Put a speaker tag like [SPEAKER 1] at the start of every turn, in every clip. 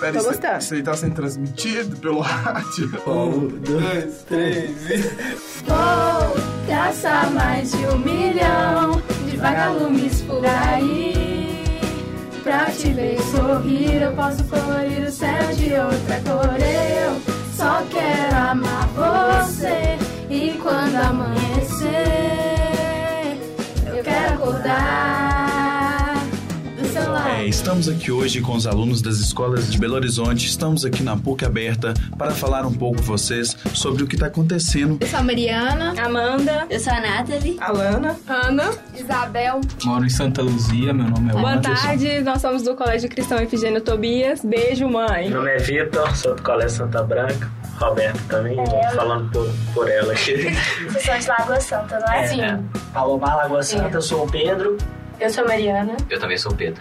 [SPEAKER 1] Pera,
[SPEAKER 2] Tô
[SPEAKER 1] isso,
[SPEAKER 2] gostando.
[SPEAKER 1] isso aí tá sendo transmitido pelo rádio?
[SPEAKER 3] Um, dois, três e...
[SPEAKER 4] Vou caçar mais de um milhão de vagalumes por aí. Pra te ver sorrir, eu posso colorir o céu de outra cor. Eu só quero amar você. E quando amanhecer, eu quero acordar do seu lado.
[SPEAKER 5] É, estamos aqui hoje com os alunos das escolas de Belo Horizonte, estamos aqui na PUC Aberta para falar um pouco com vocês sobre o que está acontecendo.
[SPEAKER 6] Eu sou a Mariana.
[SPEAKER 2] Amanda,
[SPEAKER 7] Eu sou a Nathalie.
[SPEAKER 2] Alana,
[SPEAKER 6] Ana.
[SPEAKER 4] Isabel,
[SPEAKER 3] Moro em Santa Luzia, meu nome é
[SPEAKER 8] Boa
[SPEAKER 3] Anderson.
[SPEAKER 8] tarde, nós somos do Colégio Cristão Efigênio Tobias. Beijo, mãe.
[SPEAKER 9] Meu nome é Vitor, sou do Colégio Santa Branca. Roberto também,
[SPEAKER 7] É,
[SPEAKER 9] falando por, por ela aqui.
[SPEAKER 7] Vocês são de Lagoa Santa, não é?
[SPEAKER 9] É, né? Palomar, Lagoa Santa, eu sou o Pedro.
[SPEAKER 8] Eu sou a Mariana.
[SPEAKER 10] Eu também sou o Pedro.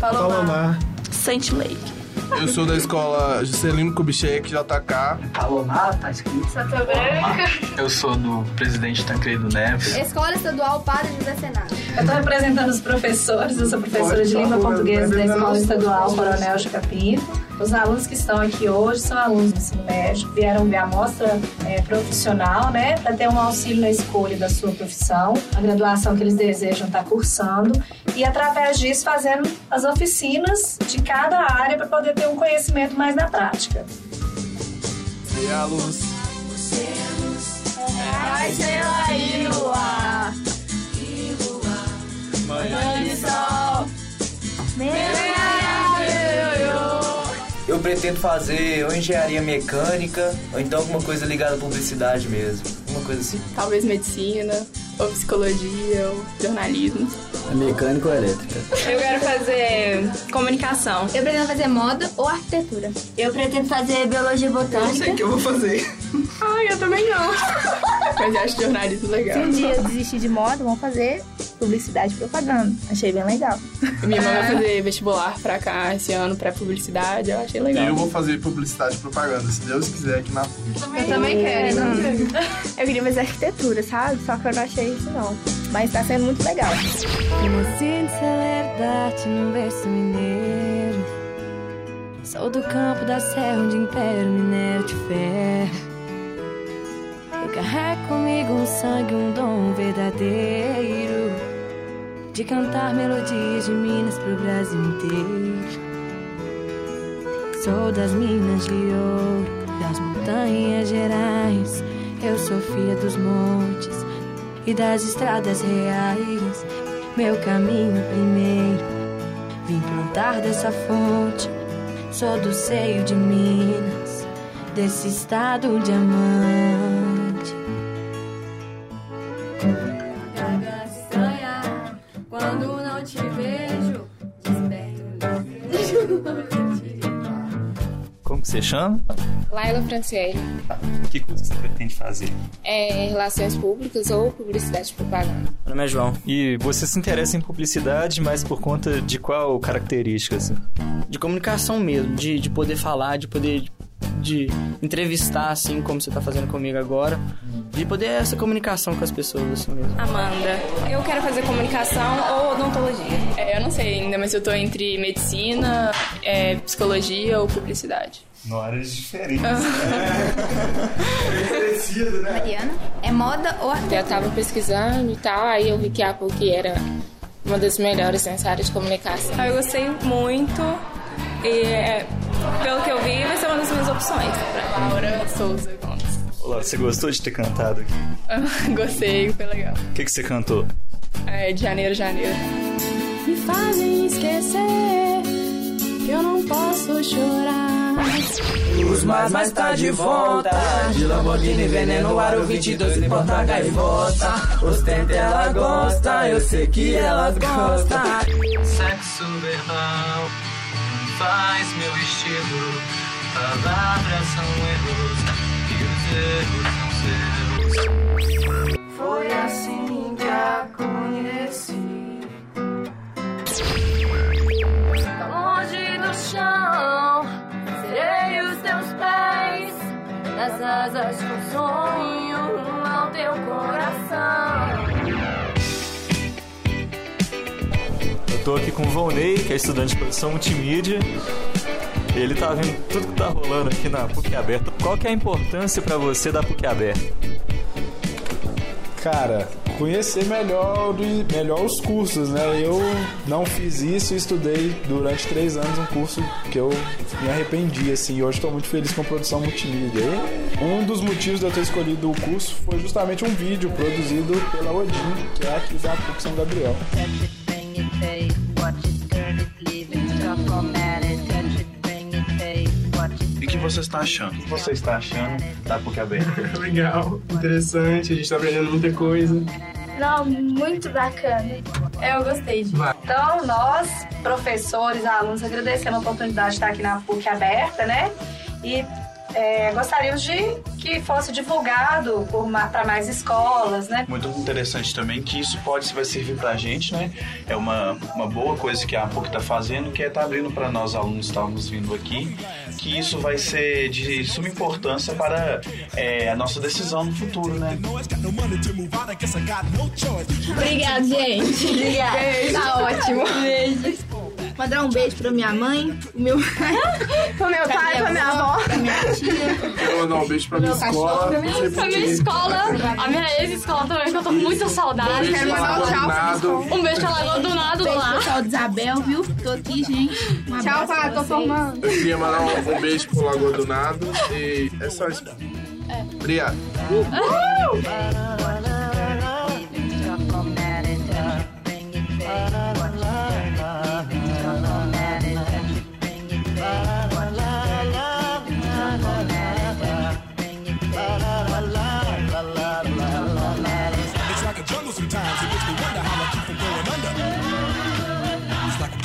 [SPEAKER 3] Palomar.
[SPEAKER 7] Saint Lake.
[SPEAKER 1] Eu sou da escola Juscelino Kubitschek, JK.
[SPEAKER 9] Palomar, tá escrito.
[SPEAKER 4] Santa Branca.
[SPEAKER 3] Eu sou do presidente Tancredo
[SPEAKER 7] É.
[SPEAKER 3] Neves.
[SPEAKER 6] Escola Estadual Padre José Senado.
[SPEAKER 11] Eu estou representando os professores, eu sou professora de língua portuguesa da Escola Estadual Coronel de Capito. Os alunos que estão aqui hoje são alunos do ensino médio, que vieram ver a amostra eh, profissional, né, para ter um auxílio na escolha da sua profissão, a graduação que eles desejam estar cursando, e através disso fazendo as oficinas de cada área para poder ter um conhecimento mais na prática.
[SPEAKER 1] E a luz.
[SPEAKER 4] Ai, sei lá, e luar. E luar. Manhã de sol.
[SPEAKER 3] Eu pretendo fazer ou engenharia mecânica, ou então alguma coisa ligada à publicidade mesmo. Uma coisa assim.
[SPEAKER 8] Talvez medicina, ou psicologia, ou jornalismo.
[SPEAKER 3] É Mecânico ou elétrica?
[SPEAKER 8] Eu quero fazer comunicação.
[SPEAKER 6] Eu pretendo fazer moda ou arquitetura.
[SPEAKER 7] Eu pretendo fazer biologia botânica.
[SPEAKER 2] o que eu vou fazer?
[SPEAKER 8] Ai, eu também não. Mas eu acho jornalismo legal.
[SPEAKER 12] Se um dia eu desistir de moda, vamos fazer publicidade e propaganda. Achei bem legal.
[SPEAKER 8] Minha mãe vai fazer vestibular pra cá esse ano, pra publicidade. Eu achei legal.
[SPEAKER 1] Eu vou fazer publicidade e propaganda, se Deus quiser, aqui na PUC.
[SPEAKER 6] Eu também quero.
[SPEAKER 12] Eu queria fazer arquitetura, sabe? Só que eu não achei isso, não. Mas tá sendo muito legal.
[SPEAKER 4] Como sinceridade num verso mineiro. Sou do campo da serra onde impera
[SPEAKER 8] né,
[SPEAKER 4] o minério de ferro. Eu carrego comigo um sangue, um dom verdadeiro. De cantar melodias de Minas pro Brasil inteiro. Sou das minas de ouro, das montanhas gerais. Eu sou filha dos montes e das estradas reais. Meu caminho primeiro, vim plantar dessa fonte. Sou do seio de Minas, desse estado diamante. Castanha, quando não te vejo, desperto.
[SPEAKER 3] Como que você chama?
[SPEAKER 8] Laila Franciele.
[SPEAKER 3] Que coisa você pretende fazer?
[SPEAKER 8] É relações públicas ou publicidade e propaganda.
[SPEAKER 3] Meu nome é João. E você se interessa em publicidade, mas por conta de qual característica, assim?
[SPEAKER 9] De comunicação mesmo, de, de poder falar, de poder de entrevistar, assim, como você tá fazendo comigo agora. De poder essa comunicação com as pessoas, assim mesmo.
[SPEAKER 8] Amanda, eu quero fazer comunicação ou odontologia. É, eu não sei ainda, mas eu tô entre medicina, é, psicologia ou publicidade.
[SPEAKER 3] Na hora diferente. né?
[SPEAKER 6] Mariana. É moda ou arquitetura?
[SPEAKER 8] Eu tava pesquisando e tal, aí eu vi que a PUC era uma das melhores nessa área de comunicação. Eu gostei muito e, é, pelo que eu vi, vai ser uma das minhas opções pra Laura Souza Gomes.
[SPEAKER 3] Olá, você gostou de ter cantado aqui?
[SPEAKER 8] Gostei, foi legal.
[SPEAKER 3] O que, que você cantou?
[SPEAKER 8] É, de janeiro, janeiro.
[SPEAKER 4] Me fazem esquecer que eu não posso chorar.
[SPEAKER 3] Os mais mais tá de volta De Lamborghini, veneno, aro 22 e porta gaivota Os tenta ela gosta, eu sei que ela gosta
[SPEAKER 9] Sexo verbal faz meu estilo. Palavras são erros e os erros são seus.
[SPEAKER 7] Foi assim que a conheci.
[SPEAKER 4] Tá Longe do chão, serei os teus pés. Nas asas com sonho ao teu coração.
[SPEAKER 3] Eu
[SPEAKER 2] Tô aqui com o Volney, que é estudante de produção multimídia. Ele tá vendo tudo que tá rolando aqui na PUC Aberta. Qual que é a importância pra você da PUC Aberta?
[SPEAKER 10] Cara, conhecer melhor, do- melhor os cursos, né? Eu não fiz isso e estudei durante três anos um curso que eu me arrependi, assim. E hoje estou muito feliz com a produção multimídia. E um dos motivos de eu ter escolhido o curso foi justamente um vídeo produzido pela Odin, que é aqui da PUC São Gabriel.
[SPEAKER 5] E que você está achando? O que você está achando
[SPEAKER 3] Tá
[SPEAKER 5] da PUC Aberta?
[SPEAKER 13] Legal, interessante, a gente tá aprendendo muita coisa.
[SPEAKER 11] Não, muito bacana. Eu gostei disso.
[SPEAKER 13] Vai.
[SPEAKER 11] Então, nós, professores, alunos, agradecemos a oportunidade de estar aqui na PUC aberta, né? E é, gostaríamos de que fosse divulgado para mais escolas, né?
[SPEAKER 5] Muito interessante também que isso pode vai servir pra gente, né? É uma, uma boa coisa que a PUC tá fazendo, que é tá abrindo para nós alunos que estávamos vindo aqui, que isso vai ser de suma importância para é, a nossa decisão no futuro, né?
[SPEAKER 6] Obrigada, gente.
[SPEAKER 7] Obrigada.
[SPEAKER 6] Tá ótimo.
[SPEAKER 7] Beijo. Mandar um beijo pra minha mãe, pro meu pro meu
[SPEAKER 12] pai, pra minha avó.
[SPEAKER 7] pra minha tia.
[SPEAKER 1] Quero mandar um beijo pra minha escola.
[SPEAKER 14] Pra minha, pra minha escola, a minha ex-escola também, que eu tô com muita saudade.
[SPEAKER 7] Beijo Quero pra mandar um tchau pra minha
[SPEAKER 1] Donado.
[SPEAKER 14] Um beijo pra Lagoa do Nado
[SPEAKER 7] Beijo
[SPEAKER 14] lá.
[SPEAKER 7] pro pessoal de Isabel, viu? Tô aqui, gente. Um
[SPEAKER 12] Tchau,
[SPEAKER 7] abraço
[SPEAKER 12] pá,
[SPEAKER 7] pra
[SPEAKER 12] tô
[SPEAKER 7] vocês.
[SPEAKER 12] formando.
[SPEAKER 1] Eu queria mandar um, um beijo pro Lagoa do Nado e é só isso. Obrigado.
[SPEAKER 15] It's like a jungle sometimes. It makes me wonder how I keep from going under. It's like a